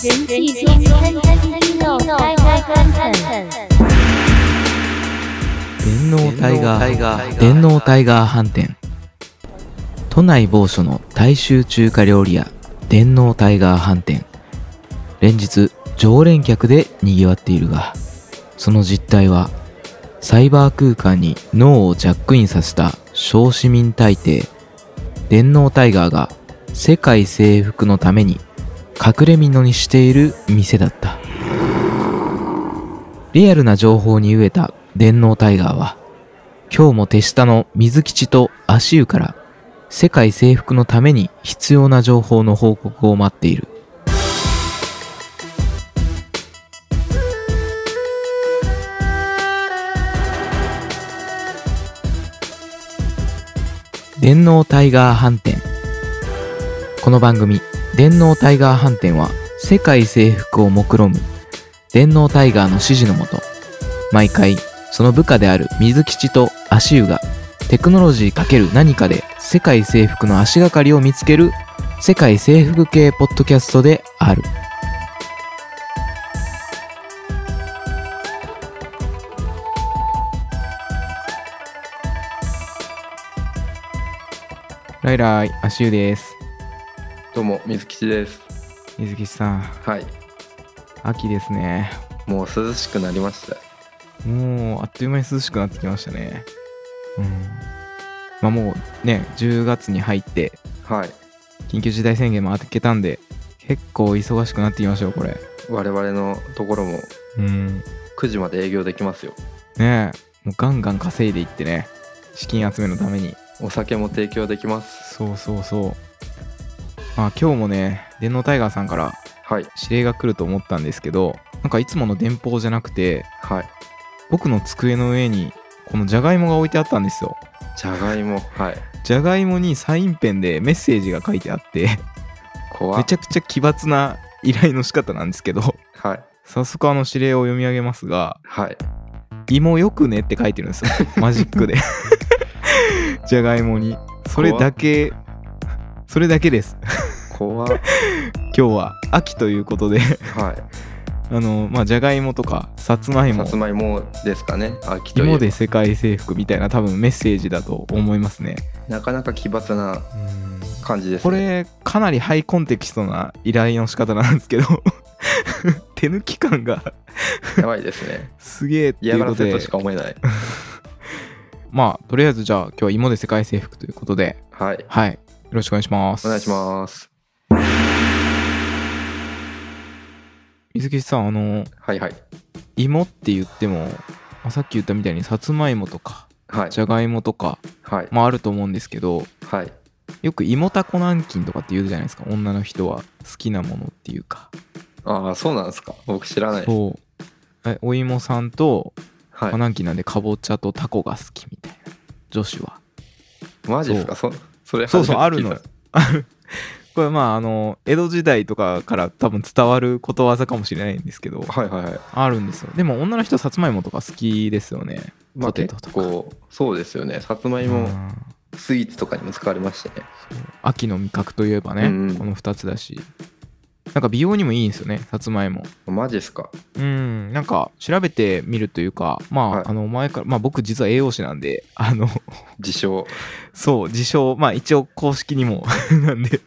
人气新喷喷机动开开关喷喷。電脳タイガ電脳タイガーー電脳タイガー飯店都内某所の大衆中華料理屋電脳タイガー飯店連日常連客でにぎわっているがその実態はサイバー空間に脳をジャックインさせた小市民大帝電脳タイガーが世界征服のために隠れ蓑にしている店だったリアルな情報に飢えた電脳タイガーは、今日も手下の水吉と足湯から、世界征服のために必要な情報の報告を待っている。電脳タイガー飯店この番組「電脳タイガー飯店」は世界征服を目論む電脳タイガーの指示のもと毎回その部下である水吉と足湯がテクノロジー×何かで世界征服の足がかりを見つける世界征服系ポッドキャストであるライライ足湯ですどうも水吉です。水吉さんはい、秋ですねもう涼しくなりました。もうあっという間に涼しくなってきましたね。うん。まあもうね、10月に入って、はい、緊急事態宣言も明けたんで、結構忙しくなってきましたよ、これ。我々のところもうん。 9時まで営業できますよ。ねえ、もうガンガン稼いでいってね、資金集めのために。お酒も提供できます。そうそうそう。まあ今日もね、電脳タイガーさんからはい、指令が来ると思ったんですけど、なんかいつもの電報じゃなくて、はい、僕の机の上に、このじゃがいもが置いてあったんですよ。じゃがいも、はい、じゃがいもにサインペンでメッセージが書いてあって、怖めっちゃくちゃ奇抜な依頼の仕方なんですけど はい、早速あの指令を読み上げますがはい、 「芋よくね」って書いてるんです よマジックで じゃがいもにそれだけそれだけです怖っ今日は秋ということで はあのまあじゃがいもとかさつまいい、もさつ まいもですかね。秋とい芋うで世界征服みたいな多分メッセージだと思いますねなかなか奇抜な感じです、ね。これかなりハイコンテキストな依頼の仕方なんですけど 手抜き感がやばいですね。すげえってい嫌うがこらとせでとしか思えない。まあとりあえずじゃあ今日は芋で世界征服ということではい、はいよろしくお願いしますお願いします。水木さんあのはい、はい、芋って言っても、まあさっき言ったみたいにさつまいもとかはいじ、ゃがいもとかはい、まああると思うんですけどはい。よく芋たこ軟禁とかって言うじゃないですか女の人は好きなものっていうかああ、そうなんですか。僕知らないです。そうえお芋さんと、はいまあ、軟禁なんでかぼちゃとたこが好きみたいな女子は マジですかそそれそうそうあ初るめて聞いのたあるこれまああの江戸時代とかから多分伝わることわざかもしれないんですけどはいはいはいあるんですよでも女の人さつまいもとか好きですよねまあポテト結とか構そうですよねさつまいうんもスイーツとかにも使われましたねそう秋の味覚といえばね、うんうんこの2つだしなんか美容にもいいんですよねさつまいもマジですかうんなんか調べてみるというかまあ,、はいあの前からまあ僕実は栄養士なんであの自称そう自称まあ一応公式にも なんで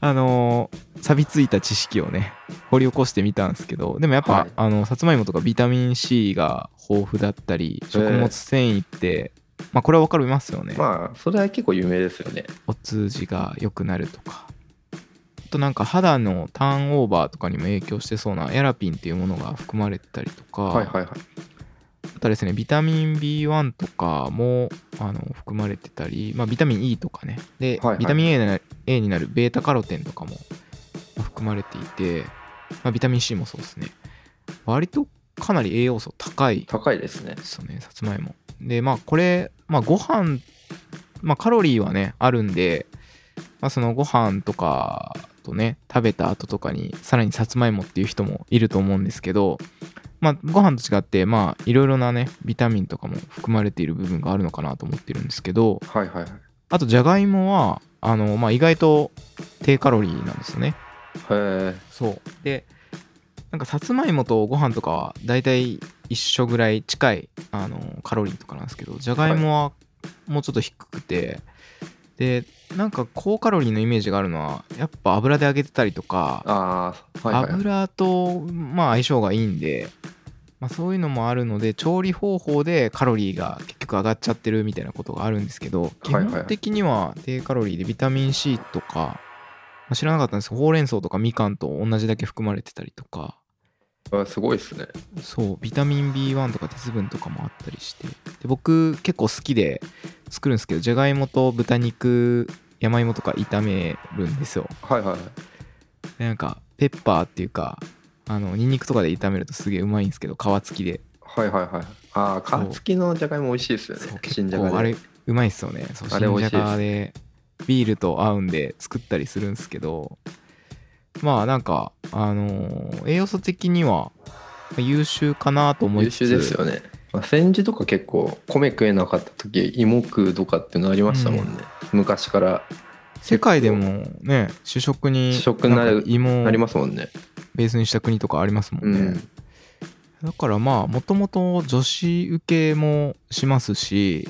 あのー錆びついた知識をね掘り起こしてみたんですけどでもやっぱ、はいあのさつまいもとかビタミン C が豊富だったり食物繊維って、まあこれは分かりますよね、まあそれは結構有名ですよねお通じが良くなるとかあとなんか肌のターンオーバーとかにも影響してそうなエラピンっていうものが含まれてたりとか、はいはいはいあとはですねビタミン B1 とかもあの含まれてたり、まあ、ビタミン E とかねで、はいはいビタミン A になる A になるベータカロテンとかも含まれていて、まあ、ビタミン C もそうですね割とかなり栄養素高い高いですねそうねさつまいもでまあこれ、まあ、ご飯まあカロリーはねあるんで、まあ、そのご飯とかとね食べた後とかにさらにさつまいもっていう人もいると思うんですけどまあご飯と違ってまあいろいろなねビタミンとかも含まれている部分があるのかなと思ってるんですけどはいはいはいあとじゃがいもはあの、まあ、意外と低カロリーなんですよねへえ。そうでなんかさつまいもとご飯とかは大体一緒ぐらい近いあのカロリーとかなんですけどじゃがいもはもうちょっと低くてでなんか高カロリーのイメージがあるのはやっぱ油で揚げてたりとかああ、はいはい。油と、まあ、相性がいいんで、まあ、そういうのもあるので調理方法でカロリーが結局上がっちゃってるみたいなことがあるんですけど基はい本的には低カロリーでビタミン C とか、まあ知らなかったんですけどほうれん草とかみかんと同じだけ含まれてたりとかあすごいですね。そうビタミン B1 とか鉄分とかもあったりしてで僕結構好きで作るんですけどじゃがいもと豚肉山芋とか炒めるんですよはいはい。でなんかペッパーっていうかあのニンニクとかで炒めるとすげえうまいんですけど皮付きではいはいはい。ああ、皮付きのじゃがいも美味しいですよそうね。結新じゃが構あでれ。うまいっすよねそうあ新れじゃが美でビールと合うんで作ったりするんですけどまあなんかあのー栄養素的には優秀かなと思い優つつ秀ですよね。まあ、戦時とか結構米食えなかった時芋食うとかっていうのありましたもんね。昔から世界でもね主食に主食になるんか芋ありをますもんね。ベースにした国とかありますもうんね、ん。だからまあもともと女子受けもしますし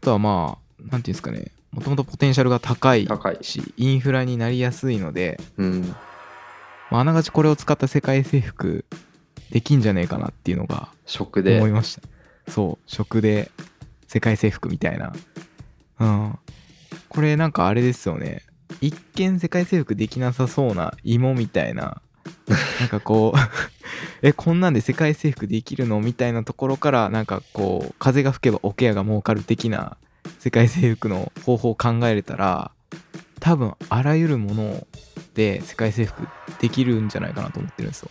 あとはまあなんていうんですかねもともとポテンシャルが高い高い。しインフラになりやすいので、うん。まああながちこれを使った世界征服できんじゃねえかなっていうのが食で思い。ましたそう食で世界征服みたいなうんこれなんかあれですよね一見世界征服できなさそうな芋みたいななんかこう えこんなんで世界征服できるのみたいなところからなんかこう風が吹けば桶屋が儲かる的な世界征服の方法を考えれたら多分あらゆるもので世界征服できるんじゃないかなと思ってるんですよ。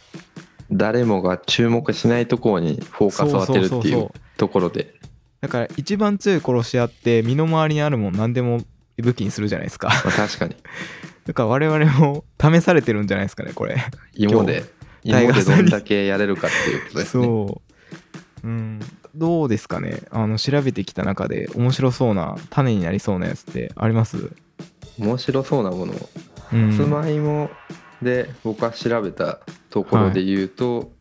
誰もが注目しないところにフォーカスを当てるっていうところで。だから一番強い殺し屋って身の回りにあるもん何でも武器にするじゃないですか まあ、確かに。だから我々も試されてるんじゃないですかねこれ芋で。今日タ芋イガーでさんどにんだけやれるかっていうことですね。そううんどうですかねあの調べてきた中で面白そうな種になりそうなやつってあります面白そうなものをうさつんまいもで僕が調べたところで言うと、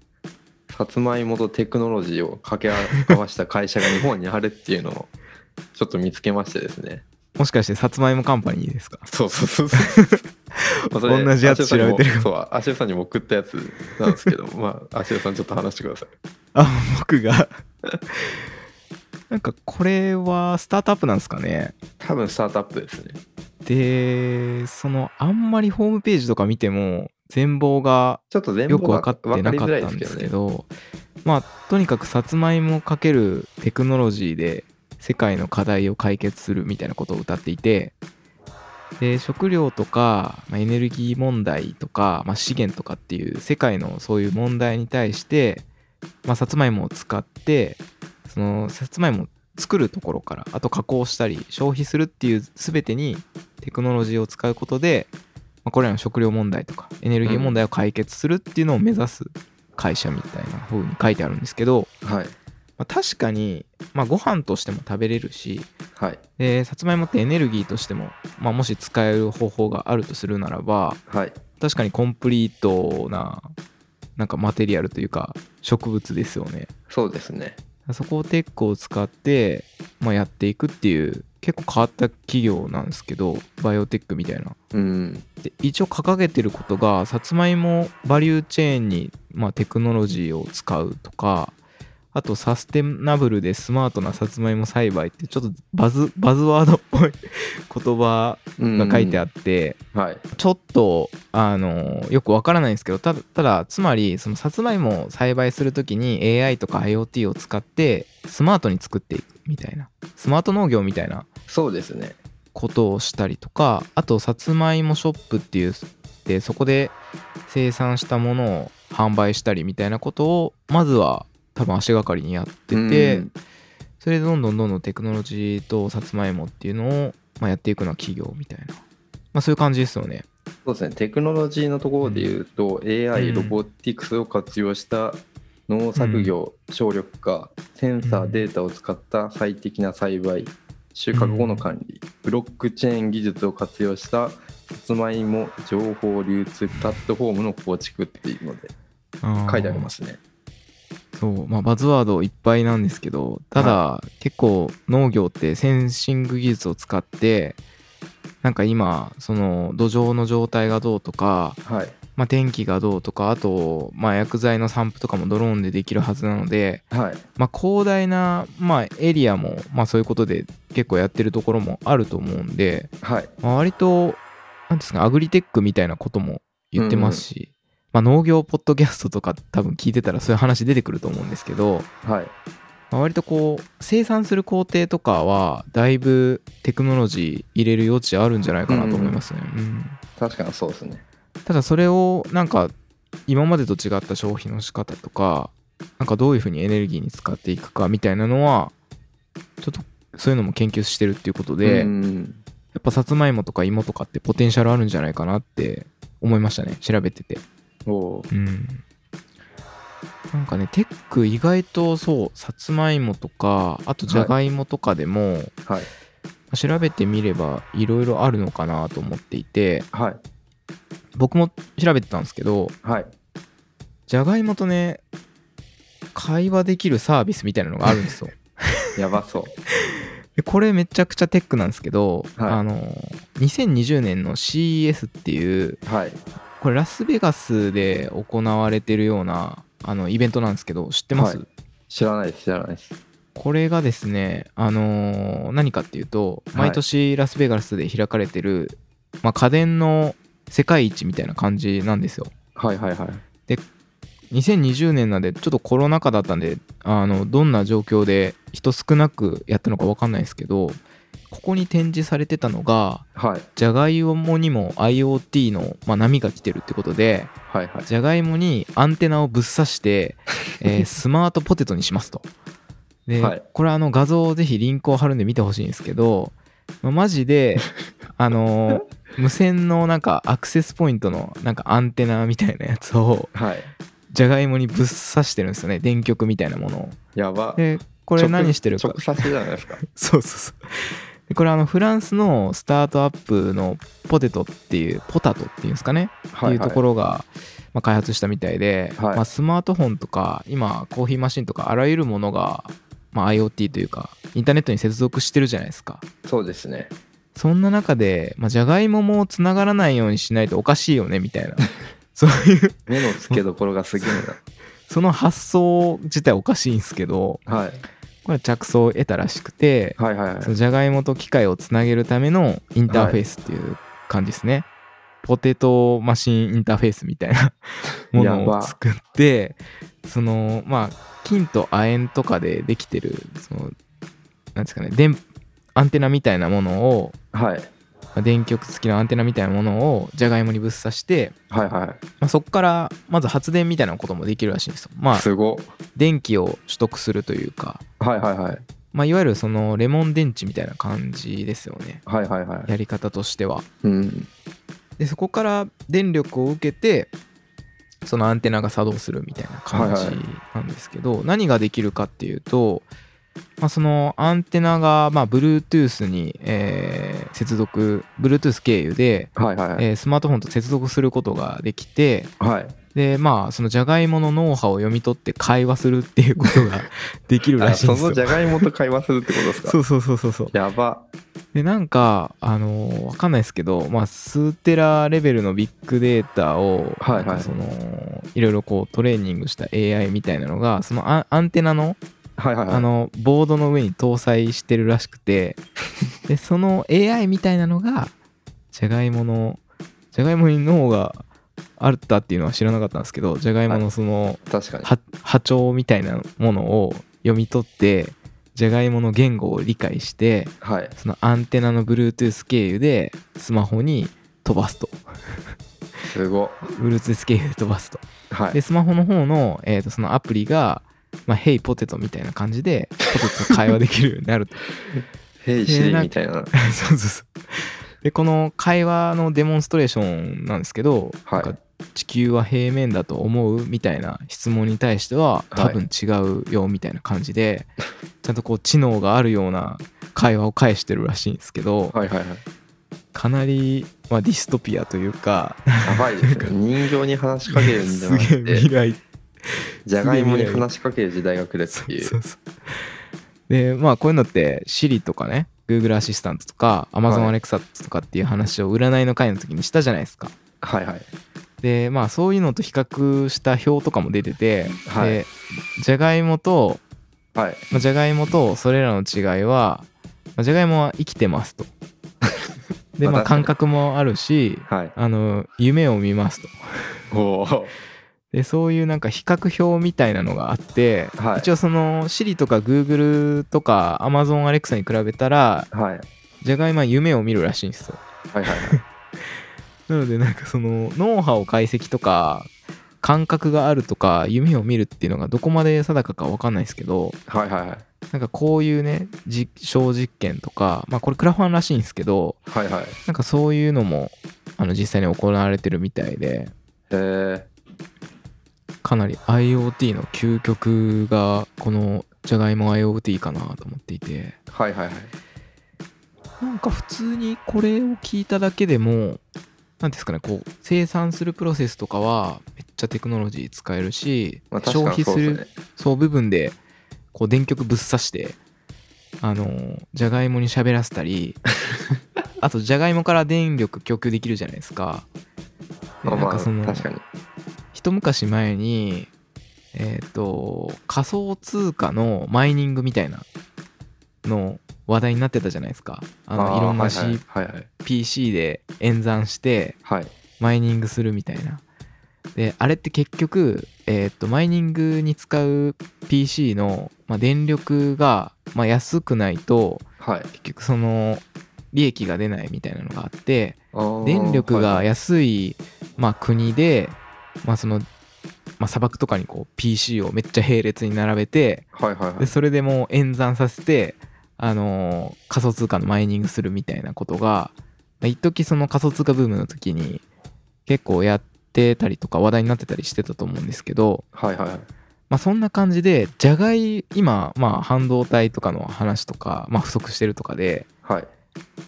さつまいもとテクノロジーを掛け合わせた会社が日本にあるっていうのをちょっと見つけましてですねもしかしてさつまいもカンパニーですか そうそうそうそうそれ同じやつ調べてるアシュさんにもそうアシュさんにも送ったやつなんですけどまあアシュさんちょっと話してくださいあ僕が なんかこれはスタートアップなんですかね多分スタートアップですねでそのあんまりホームページとか見ても全貌がちょっと全部よく分わかってわなりかっづらいたですんけでどすけどねまあとにかくさつまいもかけるテクノロジーで世界の課題を解決するみたいなことを歌っていてで食料とか、まあ、エネルギー問題とか、まあ、資源とかっていう世界のそういう問題に対して、まあ、さつまいもを使ってそのさつまいもを作るところからあと加工したり消費するっていう全てにテクノロジーを使うことで、まあ、これらの食料問題とかエネルギー問題を解決するっていうのを目指す会社みたいな風に書いてあるんですけど、はいまあ、確かに、まあ、ご飯としても食べれるしはいでさつまいもってエネルギーとしても、まあ、もし使える方法があるとするならばはい確かにコンプリートななんかマテリアルというか植物ですよねそうですねそこをテックを使って、まあ、やっていくっていう結構変わった企業なんですけどバイオテックみたいなうんで一応掲げてることがさつまいもバリューチェーンに、まあ、テクノロジーを使うとかあとサステナブルでスマートなさつまいも栽培ってちょっとバズバズワードっぽい 言葉が書いてあっって、てはいちょっとあのよくわからないんですけどただただつまりそのさつまいもを栽培するときに AI とか IoT を使ってスマートに作っていくみたいなスマート農業みたいなそうですねことをしたりとかあとさつまいもショップっていうでそこで生産したものを販売したりみたいなことをまずは多分足がかりにやってて、うんそれでどんどんどんどんテクノロジーとさつまいもっていうのを、まあ、やっていくのは企業みたいな、まあ、そういう感じですよね。そうですね、テクノロジーのところで言うと、AI、うんロボティクスを活用した農作業、省力化、センサうんー、データを使った最適な栽培、収穫後の管理、ブロックチェーン技術を活用したさつまいも情報流通プラットフォームの構築っていうので書いてありますすね。そう、まあ、バズワードいっぱいなんですけどただ、結構農業ってセンシング技術を使ってなんか今その土壌の状態がどうとか、はい、まあ、天気がどうとかあと、まあ、薬剤の散布とかもドローンでできるはずなので、はい、まあ、広大な、まあ、エリアも、まあ、そういうことで結構やってるところもあると思うんで、はい、まあ、割となんですかアグリテックみたいなことも言ってますし、まあ、農業ポッドキャストとか多分聞いてたらそういう話出てくると思うんですけど、はい、まあ、割とこう生産する工程とかはだいぶテクノロジー入れる余地あるんじゃないかなと思いますね。うん確かにそうですね。ただそれをなんか今までと違った消費の仕方とかなんかどういうふうにエネルギーに使っていくかみたいなのはちょっとそういうのも研究してるっていうことで、うやんっぱさつまいもとか芋とかってポテンシャルあるんじゃないかなって思いましたね調べてておーうんなんかねテック意外とそうさつまいもとかあとじゃがいもとかでも、はい、調べてみればいろいろあるのかなと思っていてはい、僕も調べてたんですけどはい、じゃがいもとね会話できるサービスみたいなのがあるん ですよやばそう。でこれめちゃくちゃテックなんですけど、はいあの2020年の CES っていうはい、これラスベガスで行われてるようなあのイベントなんですけど知ってます、はい知らないです、知らないです。これがですね、あのー何かっていうとはい毎年ラスベガスで開かれてる、まあ、家電の世界一みたいな感じなんですよはい、はい、はい。 2020年なんでちょっとコロナ禍だったんであのどんな状況で人少なくやったのか分かんないですけどここに展示されてたのがはい、じゃがいもにも IoT の、まあ、波が来てるってことではい、はい。じゃがいもにアンテナをぶっ刺して、 えースマートポテトにしますと。で、はいこれあの画像をぜひリンクを貼るんで見てほしいんですけど、まあマジ であのー無線のなんかアクセスポイントのなんかアンテナみたいなやつをはい、じゃがいもにぶっ刺してるんですよね電極みたいなものを。やば。でこれ何してるか直直刺しじゃない ですか。そうそうそう。でこれあのフランスのスタートアップのポテトっていうポタトっていうんですかねっていうところが、まあ、開発したみたいで、はいまあ、スマートフォンとか今コーヒーマシンとかあらゆるものが、まあ、IoT というかインターネットに接続してるじゃないですかそうですね。そんな中で、まあ、じゃがいももつながらないようにしないとおかしいよねみたいなそういう目の付けどころがすげえその発想自体おかしいんですけど な。はい。これは着想を得たらしくてはいはいはいそ。のじゃがいもと機械をつなげるためのインターフェースっていう感じですね、ポテトマシンインターフェースみたいなもやのばを作ってそのまあ金と亜鉛とかでできてるそのなんですかね電アンテナみたいなものをはい。まあ電極付きのアンテナみたいなものをじゃがいもにぶっ刺して、はいはまあ、そこからまず発電みたいなこともできるらしいんですよ。まい。あすご。電気を取得するというか、はいはいはい。まあ、いわゆるそのレモン電池みたいな感じですよねはいはいはい。やり方としては。うん。でそこから電力を受けてそのアンテナが作動するみたいな感じはいはいなんですけど、何ができるかっていうと、まあ、そのアンテナが、まあ、Bluetooth に、えー接続 Bluetooth 経由で、はいはいはい。えースマートフォンと接続することができてはい。でまあそのじゃがいもの脳波を読み取って会話するっていうことが できるらあしいんそですよのじ。ゃがいもと会話するってことですかそうそうそうそうそうやば。でなんかあのーわかんないですけど、まあ、数テラレベルのビッグデータをはいはいなんかそのいろいろこうトレーニングした AI みたいなのがそのアンアンテナの,、はいはいあはい。のボードの上に搭載してるらしく てでその AI みたいなのがじゃがいものじゃがいもに脳があったっていうのは知らなかったんですけどじゃがいものその確かに。は波長みたいなものを読み取ってじゃがいもの言語を理解してはい。そのアンテナの Bluetooth 経由でスマホに飛ばすと。すご。 Bluetooth 経由で飛ばすと。はで、い。スマホの方の、えー、とそのアプリが、まあ、Hey ポテトみたいな感じで、ポテトと会話できるようになる と。ヘイシリみたいな。そうそうそう。で、この会話のデモンストレーションなんですけど、はいなんか地球は平面だと思うみたいな質問に対しては多分違うよみたいな感じで、ちゃんとこう知能があるような会話を返してるらしいんですけど、はいはいはい。かなり、まあ、ディストピアというかやばいですよ。人形に話しかけるんじゃすなげえく未て、来じゃがいもに話しかける時代が来るっていう。そうそうそうでまあこういうのって Siri とかね Google アシスタントとか Amazon は Alexa とかっていう話を占いの回の時にしたじゃないですか。はいはい。でまあそういうのと比較した表とかも出てて、はいでじゃがいもとはい。まあじゃがいもとそれらの違いはまあじゃがいもは生きてますと。 でままああ確か感に覚もあるしはい。あの夢を見ますと。おーでそういうなんか比較表みたいなのがあって、はい一応その Siri とか Google とか Amazon Alexa に比べたらはい。じゃがいもは夢を見るらしいんですよはいはいはい。なのでなんかその脳波を解析とか感覚があるとか夢を見るっていうのがどこまで定かか分かんないですけどはいはいはい。なんかこういうね実証実験とかまあこれクラファンらしいんですけどはいはい。へなんかそういうのもあの実際に行われてるみたいでえ。かなり IoT の究極がこのじゃがいも IoT かなと思っていてはいはいはい。なんか普通にこれを聞いただけでも何ですかねこう生産するプロセスとかはめっちゃテクノロジー使えるし、まあ確消かに費そすうでするね。そう部分でこう電極ぶっ刺してあのじゃがいもに喋らせたり あとじゃがいもから電力供給できるじゃないですか。でまなあまんあかその確かに。一昔前にえっ、と仮想通貨のマイニングみたいなの話題になってたじゃないですかあのーいろんなはいはい CPC はいはい。で演算してはい。マイニングするみたいなであれって結局、えー、とマイニングに使う PC の、まあ、電力が、まあ、安くないとはい。結局その利益が出ないみたいなのがあってあー電力はがい安い、まあ、国で、まあそのまあ、砂漠とかにこう PC をめっちゃ並列に並べてはいはいはいで。それでもう演算させて、あのー仮想通貨のマイニングするみたいなことがまあ一時その仮想通貨ブームの時に結構やってたりとか話題になってたりしてたと思うんですけど、はいはいはい。まあ、そんな感じでじゃがい今、まあ、半導体とかの話とか、まあ、不足してるとかではい。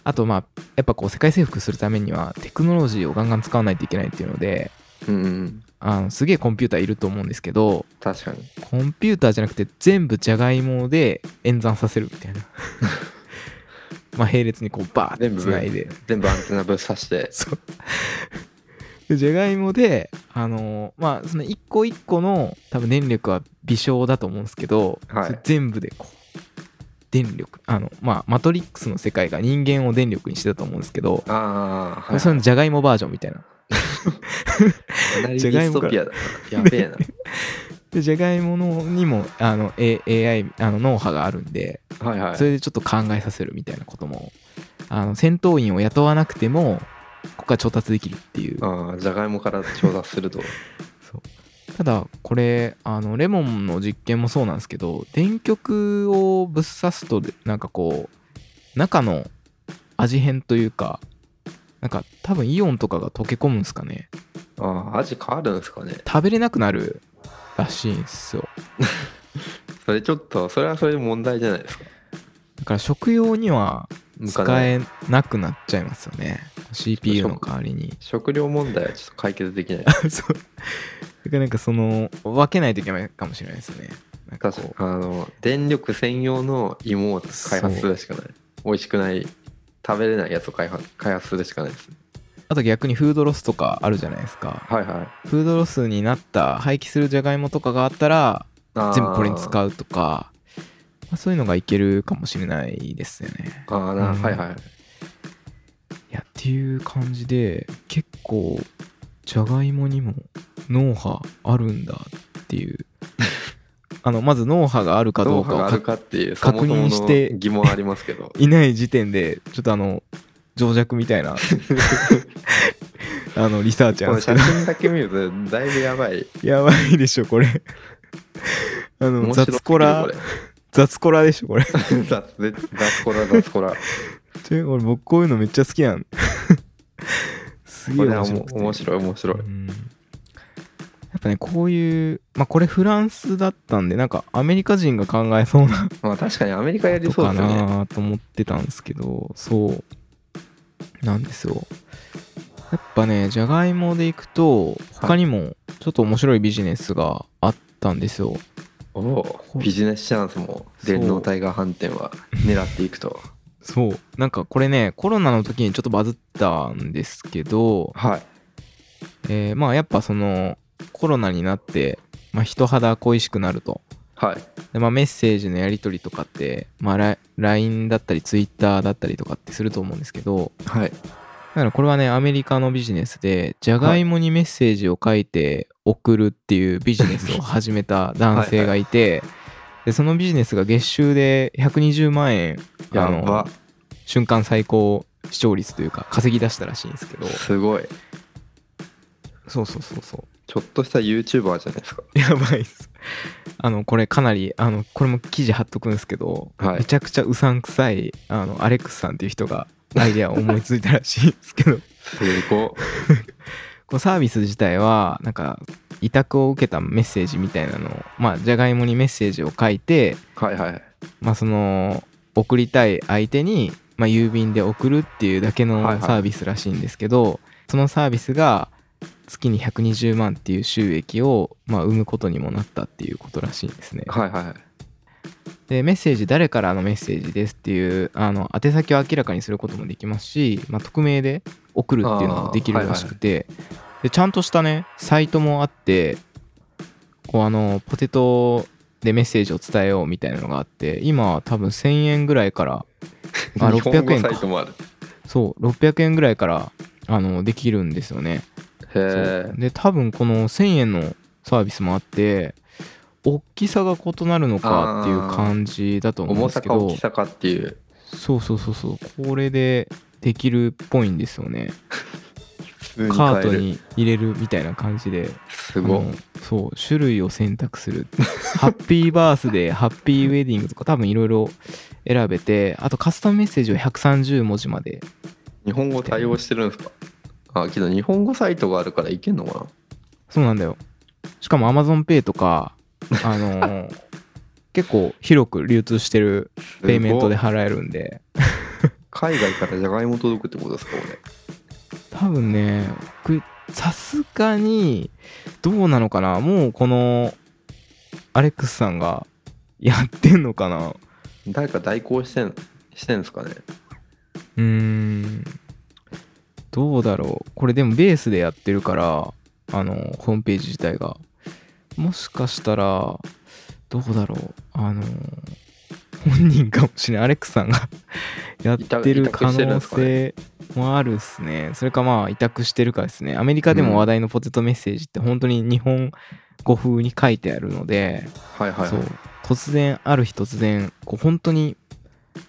あとまあやっぱこう世界征服するためにはテクノロジーをガンガン使わないといけないっていうのでうんうん。あのすげえコンピューターいると思うんですけど確かに。コンピューターじゃなくて全部じゃがいもで演算させるみたいな まあ並列にこうバーって全部つないで全部アンテナぶっ刺して。そうでじゃがいもであのまあその一個一個の多分電力は微小だと思うんですけど、はいそれ全部でこう電力あのまあマトリックスの世界が人間を電力にしてたと思うんですけど、ああ、はいはい。それのじゃがいもバージョンみたいなかなりじゃデがィいスもかトらピアだな。やべえな。でじゃがいものにもあの、A、AI あの脳波があるんではいはい。それでちょっと考えさせるみたいなこともあの戦闘員を雇わなくてもここは調達できるっていうああ、じゃがいもから調達すると。ただこれあのレモンの実験もそうなんですけど電極をぶっ刺すとでなんかこう中の味変というかなんか多分イオンとかが溶け込むんですかねああ、味変わるんですかね。食べれなくなるらしいんですよそれちょっと、それはそれで問題じゃないですか。だから食用には向使かないえなくなっちゃいますよね CPU の代わりに 食料問題はちょっと解決できない。そうだからなんかその分けないといけないかもしれないですよねなんか確かにこ。うあの、電力専用の芋を開発するしかない。美味しくない、食べれないやつを開発開発するしかないですね。あと逆にフードロスとかあるじゃないですかはいはい。フードロスになった廃棄するじゃがいもとかがあったらあー全部これに使うとかまあそういうのがいけるかもしれないですよねああ、なうんはいはい。いやっていう感じで結構じゃがいもにも脳波あるんだっていう あのまず脳波があるかどどううかかをがある確かっていう、そ確もそも認しての疑問ありますけ ど。いない時点でちょっとあの情弱みた いなあのリサーチャーなんこでのすけ写ど真だけ見ると、だいぶやばい。やばいでしょこれあの面白すぎる雑コラこれ雑コラでしょこれ 雑で雑コラ雑コラちょ俺僕こういうのめっちゃ好きなんすこげえれは面おも白くて面白い面白いうんっぱねこういうまあこれフランスだったんでなんかアメリカ人が考えそうなまあ確かにアメリカやりとそうかですよね。なと思ってたんですけどそうなんですよやっぱねじゃがいもでいくと他にもちょっと面白いビジネスがあったんですよ、おおうビジネスチャンスも電脳タイガー飯店は狙っていくと。そうなんかこれねコロナの時にちょっとバズったんですけど、はい。えーまあやっぱそのコロナになって、まあ、人肌恋しくなるとはい。で、まあ、メッセージのやり取りとかって、まあ、ラ LINE だったり Twitter だったりとかってすると思うんですけどはい。だからこれはねアメリカのビジネスでじゃがいもにメッセージを書いて送るっていうビジネスを始めた男性がいてでそのビジネスが月収で120万円やあのば。瞬間最高視聴率というか稼ぎ出したらしいんですけどすごい。そうそうそうそうちょっとした YouTuber じゃないですか。やばいっす。あの、これかなり、あの、これも記事貼っとくんですけど、はいめちゃくちゃうさんくさい、あの、アレックスさんっていう人がアイデアを思いついたらしいんですけど、すごこうサービス自体は、なんか、委託を受けたメッセージみたいなのを、まあ、じゃがいもにメッセージを書いて、い。はいはい。まあ、その、送りたい相手に、まあ、郵便で送るっていうだけのはいはいサービスらしいんですけど、そのサービスが、月に120万っていう収益を、まあ、生むことにもなったっていうことらしいんですね。はいはい。でメッセージ誰からのメッセージですっていうあの宛先を明らかにすることもできますし、まあ、匿名で送るっていうのもできるらしくて、でちゃんとしたねサイトもあってこうあのポテトでメッセージを伝えようみたいなのがあって今は多分1000円ぐらいからあ日本600語円かサイトもある。そう600円ぐらいからあのできるんですよね。へで多分この1000円のサービスもあって大きさが異なるのかっていう感じだとえ。思うん重ですさけかど大きさかっていう。そうそうそうそうこれでできるっぽいんですよね普通にカー買えトる。に入れるみたいな感じですごあい。のそう種類を選択するハッピーバース デーハッピーウェディングとか多分いろいろ選べてあとカスタムメッセージを130文字まで日本語対応してるんですかあ、けど日本語サイトがあるからいけんのかそうなんだよしかも AmazonPay とかあの結構広く流通してるなペイメントでごい払えるんで海外からじゃがいも届くってことですか俺。多分ね僕さすがにどうなのかなもうこのアレックスさんがやってんのかな誰か代行してんしてんですかねうーんどうだろうこれでもベースでやってるからあのホームページ自体がもしかしたらどうだろうあの本人かもしれないアレックスさんが やって委る託可してるん能ですかね性もあるっすねそれかまあ委託してるかですねアメリカでも話題のポテトメッセージって本当に日本語風に書いてあるので、はいはい。そう突然ある日突然こう本当に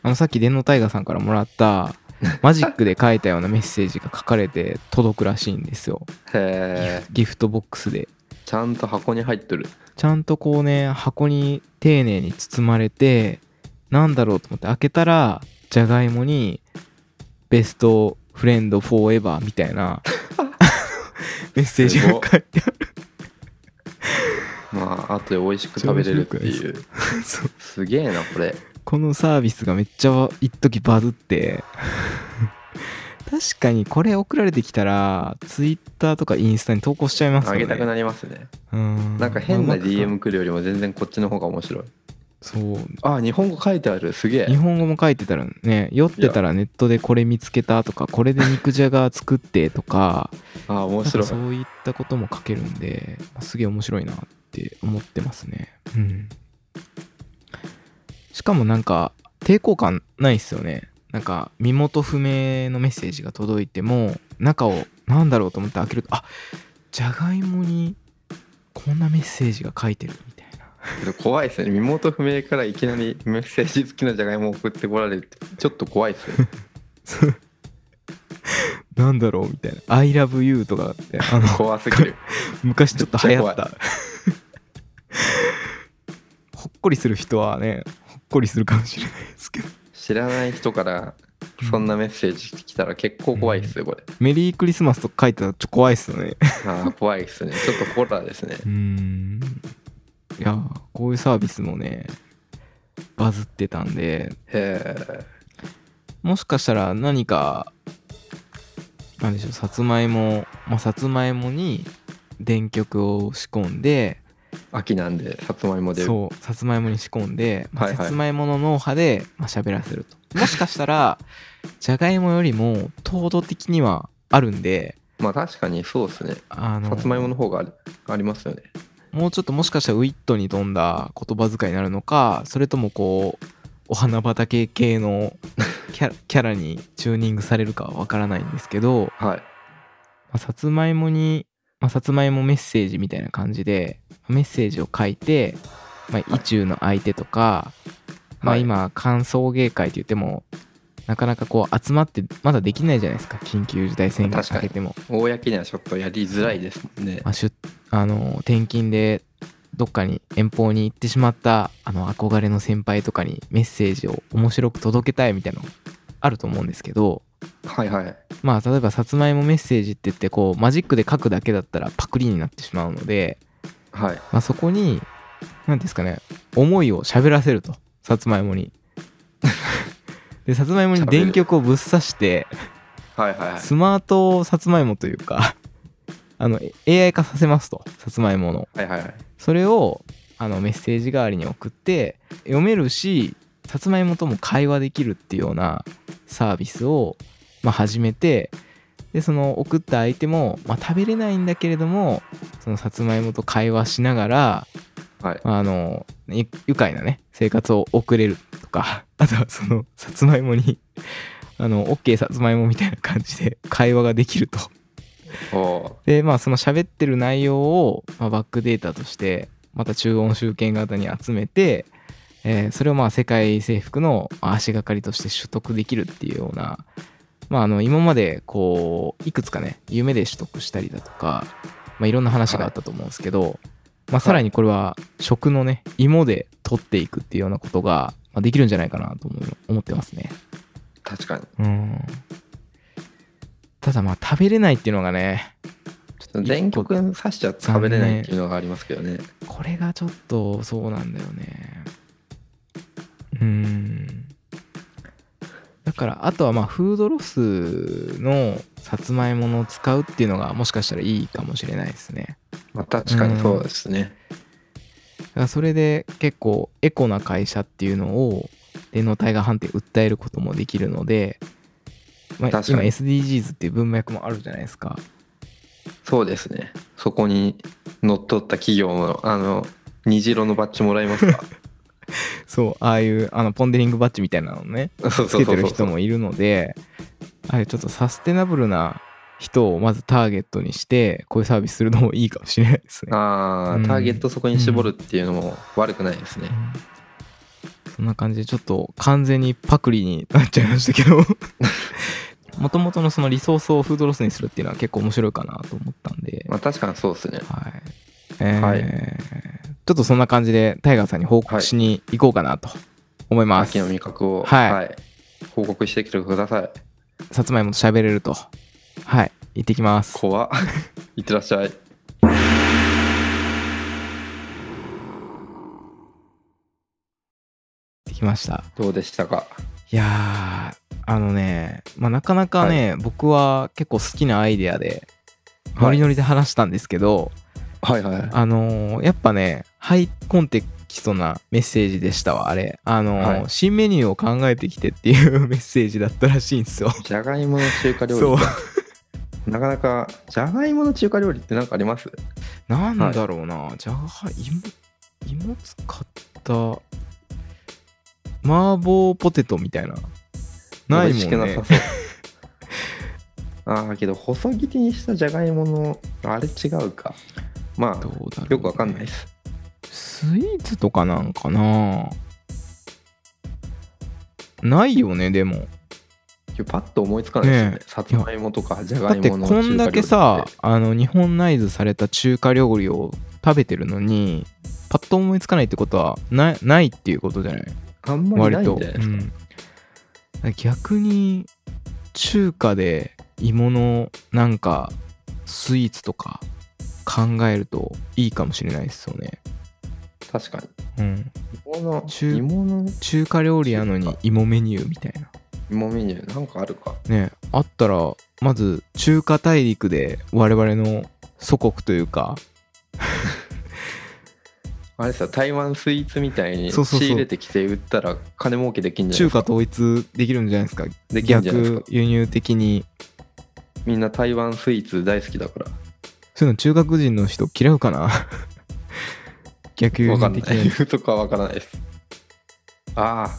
あのさっき電脳タイガーさんからもら ったマジックで書いたようなメッセージが書かれて届くらしいんですよ、へえ。ギフトボックスでちゃんと箱に入ってる。ちゃんとこうね箱に丁寧に包まれてなんだろうと思って開けたらじゃがいもに「ベストフレンドフォーエバー」みたい な メッセージが書いてあってまあ、あとで美味しく食べれるってめっちゃいう。そうすげえな、これ。このサービスがめっちゃ一時バズって 確かにこれ送られてきたらツイッターとかインスタに投稿しちゃいますよあねげたくなりますね。うんなんか変なうまく DM 来るよりも全然こっちの方が面白い。そうあ、日本語書いてある。すげ日え。本語も書いてたらね酔ってたらネットでこれ見つけたとかこれで肉じゃが作ってとかあ、面白いなんか。そういったことも書けるんで、まあすげえ面白いなって思ってますねうんしかもなんか抵抗感ないっすよねなんか身元不明のメッセージが届いても中をなんだろうと思って開けるとあじゃがいもにこんなメッセージが書いてるみたいなけど怖いですね。身元不明からいきなりメッセージ付きのじゃがいも送ってこられるって、ちょっと怖いで すね。そうなんだろうみたいな「ILOVEYOU」とかってあの怖すぎる。昔ちょっと流行めっ っちゃたほっこりする人はねほっこりするかもしれないですけど知らない人からそんなメッセージ来たら結構怖いっすよ、これ。メリークリスマスとか書いてたらちょっと怖いっすよね。ああ、怖いっすね。ちょっとホラーですね。うん。いや、こういうサービスもね、バズってたんで、へえ。もしかしたら何か、なんでしょう、さつまいも、まあ、さつまいもに電極を仕込んで、秋なんで、さつまいもで。そうさつまいもに仕込んで、まあはいはいさつまいもの脳波で、まあ喋らせるともしかしたらじゃがいもよりも糖度的にはあるんでまあ確かにそうですね。あのさつまいもの方がありありますよね。もうちょっともしかしたらウィットに富んだ言葉遣いになるのかそれともこうお花畑系の キャラキャラにチューニングされるかはわからないんですけど、はい。まあさつまいもに、まあさつまいもメッセージみたいな感じでメッセージを書いて、まあ、意中の相手とか、まあ、はい今歓送迎会って言ってもなかなかこう集まってまだできないじゃないですか緊急事態宣言確かかにけても、公にはちょっとやりづらいですもんね。まあ、出あの転勤でどっかに遠方に行ってしまったあの憧れの先輩とかにメッセージを面白く届けたいみたいなのあると思うんですけどはいはい。まあ例えばさつまいもメッセージって言ってこうマジックで書くだけだったらパクリになってしまうので、はい。まあ、そこに何ですかね思いを喋らせるとさつまいもに でさつまいもに電極をぶっ刺してはいはいはい。スマートさつまいもというかあの AI 化させますとさつまいものはいはいはい。それをあのメッセージ代わりに送って読めるしさつまいもとも会話できるっていうようなサービスを、まあ、始めてでその送った相手も、まあ、食べれないんだけれどもそのさつまいもと会話しながらはい。あのゆ愉快なね生活を送れるとか あとはそのさつまいもにあの OK さつまいもみたいな感じで会話ができるとおおでまあその喋ってる内容を、まあ、バックデータとしてまた中音集権型に集めて、えーそれをまあ世界征服のまあ足がかりとして取得できるっていうような、まあ、あの今までこういくつかね夢で取得したりだとか、まあ、いろんな話があったと思うんですけど、まあ、さらにこれは食のね芋で取っていくっていうようなことがまあできるんじゃないかなと思う思ってますね。確かに。うんただまあ食べれないっていうのがねちょっと一個電極刺しちゃ食べれないっていうのがありますけどね。これがちょっとそうなんだよねうーんだからあとはまあフードロスのさつまいものを使うっていうのがもしかしたらいいかもしれないですねまあ確かにそうですね。だからそれで結構エコな会社っていうのを電脳体が判定訴えることもできるので、まあ、今確かに SDGs っていう文脈もあるじゃないですかそうですね。そこに乗っ取った企業の、あの、虹色のバッジもらえますかそうああいうあのポンデリングバッジみたいなのねそ うつそうけそてうるそ人う。もいるのであれちょっとサステナブルな人をまずターゲットにしてこういうサービスするのもいいかもしれないですね。あうんあ、ターゲットそこに絞るっていうのも悪くないですね。うんそんな感じでちょっと完全にパクリになっちゃいましたけど もともとのそのリソースをフードロスにするっていうのは結構面白いかなと思ったんで、まあ確かにそうですね。はいえーはいちょっとそんな感じでタイガーさんに報告しに行こうかなと思います。秋の味覚を、はい報告してきてください。さつまいもと喋れるとはい行ってきます。怖っ いってらっしゃい。行ってきました。どうでしたかいやーあのね、まあ、なかなかね、僕は結構好きなアイデアでノリノリで話したんですけど、はいはいはい。あのーやっぱねハイコンテキストなメッセージでしたわあれあのーはい新メニューを考えてきてっていう メッセージだったらしいんですよじゃがいもの中華料理そう なかなか、じゃがいもの中華料理って何かありますなんだろうな、じゃがいも芋使った麻婆ポテトみたいなないも美ん味しねくなさそう。ああ、けど、細切りにしたじゃがいもの、あれ違うか。まどあ、うだろうねよくわかんないです。スイーツとかなんかなないよねでもけどパッと思いつかないですよね。ねさつまいもとかじゃだがっいてものこんだけさあの日本ナイズされた中華料理を食べてるのにパッと思いつかないってことはなないっていうことじゃないあんま割りないとんじゃないですか。うん逆に中華で芋のなんかスイーツとか考えるといいかもしれないですよね、確かうにん、芋の中芋の中華料理やのに芋メニューみたいな芋メニューなんかあるかねあったらまず中華大陸で我々の祖国というかあれさ台湾スイーツみたいにそ仕うそうそう入れてきて売ったら金儲けできんじゃな中いです華か統一できるんじゃないですかできんじゃないですか逆輸入的にみんな台湾スイーツ大好きだからそういうの中国人の人嫌うか な逆輸わか入ん的なに いとかわからないですああ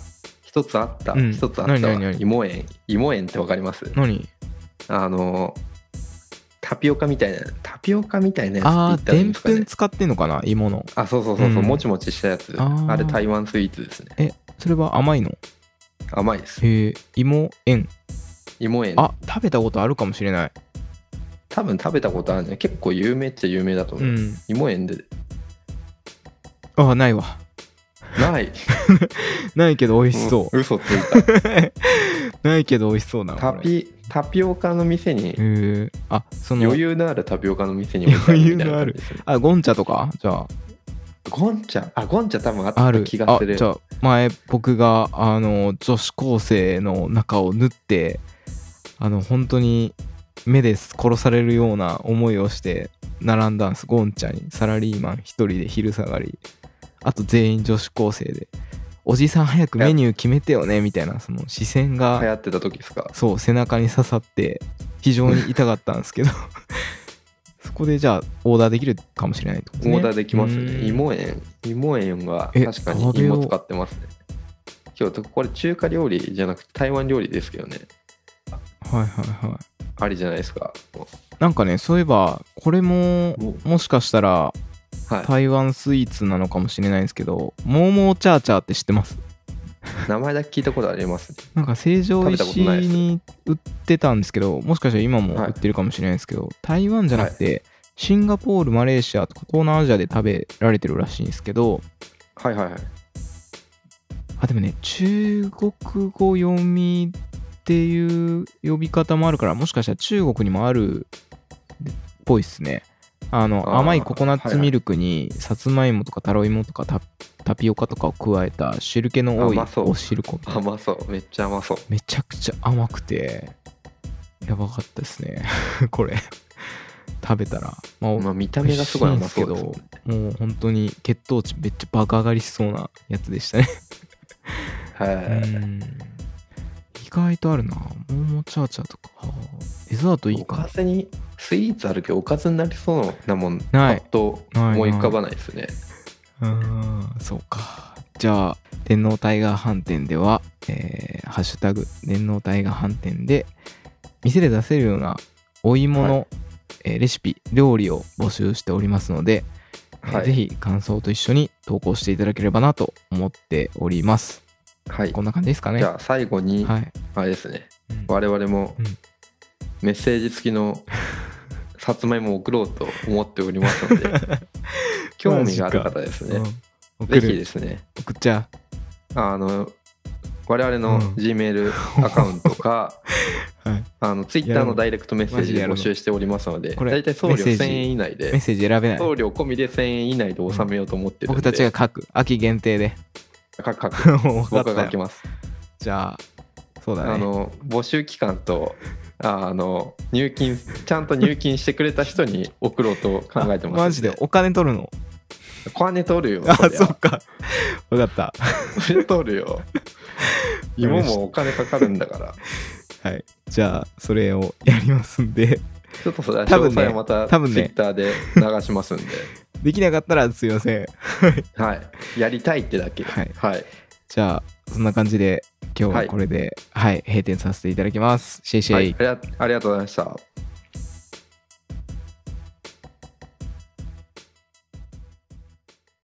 一つあったうん一、つあった何何わ何芋園芋園ってわかります何あのタピオカみたいなタピオカみたいなやつああって言ったらいでいんんですかぷん使ねってんのかな芋のあそうそうそうそう、うんもちもちしたやつああーれ台湾スイーツですねえそれは甘いの甘いですへえ芋塩芋園あ食べたことあるかもしれない多分食べたことあるね結構有名っちゃ有名だと思うう、ん芋園であないわ ないないけど美味しそう、ん嘘ついたないけど美味しそうなタこれへピタピオカの店にえあその余裕のあるタピオカの店に置いてみたいな感じですねあゴンチャとかじゃゴンチャあゴンチャ多分あっああたる気がするあじゃあ前僕があの女子高生の中を縫ってあの本当に目で殺されるような思いをして並んだんですゴンチャにサラリーマン一人で昼下がりあと全員女子高生でおじさん早くメニュー決めてよねみたいなその視線流が行ってた時ですかそう背中に刺さって非常に痛かったんです けどそこでじゃあオーダーできるかもしれないってことオですねーダーできますようんね芋園芋園はえ確かあにれを芋使ってますね今日これ中華料理じゃなくて台湾料理ですけどねはいはいはいありじゃないですかもなんかねそういえばこれもうももしかしたらうは台湾スイーツなのかもしれないですけどモーモーチャーチャーって知ってますい名前だけ聞いたことありますねなんか成城食べたこと石井ないですに売ってたんですけどもしかしたら今もはい売ってるかもしれないですけど、台湾じゃなくて、シンガポールマレーシアとか東南アジアで食べられてるらしいんですけどはいはいはいあでもね中国語読みっていう呼び方もあるからもしかしたら中国にもあるっぽいっすねあのあー甘いココナッツミルクにさつまいもとかタロイモとかタタピオカとかを加えた汁気の多い甘そうお汁粉みたいな甘そうめっちゃ甘そうめちゃくちゃ甘くてやばかったですね これ食べたら、まあ、まあ見た目がすごい甘そうです,、美味しいんですもう本当に血糖値めっちゃ爆上がりしそうなやつでしたねはい、うん意外とあるなモモチャーチャーとかデザートいいおかかずにスイーツあるけどおかずになりそうなもんなパいッと思い浮かばないですねうんそうかじゃあ電脳タイガー飯店では「えーハッシュタグ電脳タイガー飯店」で店で出せるようなお芋の、えーレシピ料理を募集しておりますので、えーはいぜひ感想と一緒に投稿していただければなと思っておりますはいこんな感じですかねじゃあ最後に、はい、あれですねうん我々もうんメッセージ付 きのさつまいもを送ろうと思っておりますので 興味がある方ですね、うん送ぜひるですね送っちゃあの我々うのん Gmail アカウント か、う、はい、あの Twitter のダイレクトメッセージで募集しておりますのでこれ大体送料メッセージ1000円以内メッでセージ選べない送料込みで1000円以内で収めようと思ってるん僕で、たちが書く秋限定で かかくもう分か僕ったがよ書きます、じゃあそうだねあの募集期間とあの入金ちゃんと入金してくれた人に 送ろうと考えてますんあマジでお金取るのコアネ取るよ。あそりゃそっか 分かったそれ取 るよ。芋もお金かかるんだから。はいじゃあそれをやりますんで ちょっとそれは多詳分ね細はまたツイ多分ねッターで流しますんで。できなかったらすいませんはい。やりたいってだけ。はいはい。じゃあそんな感じで今日ははいこれではい、閉店させていただきますシェイシェイ、はいありがありがとうございました。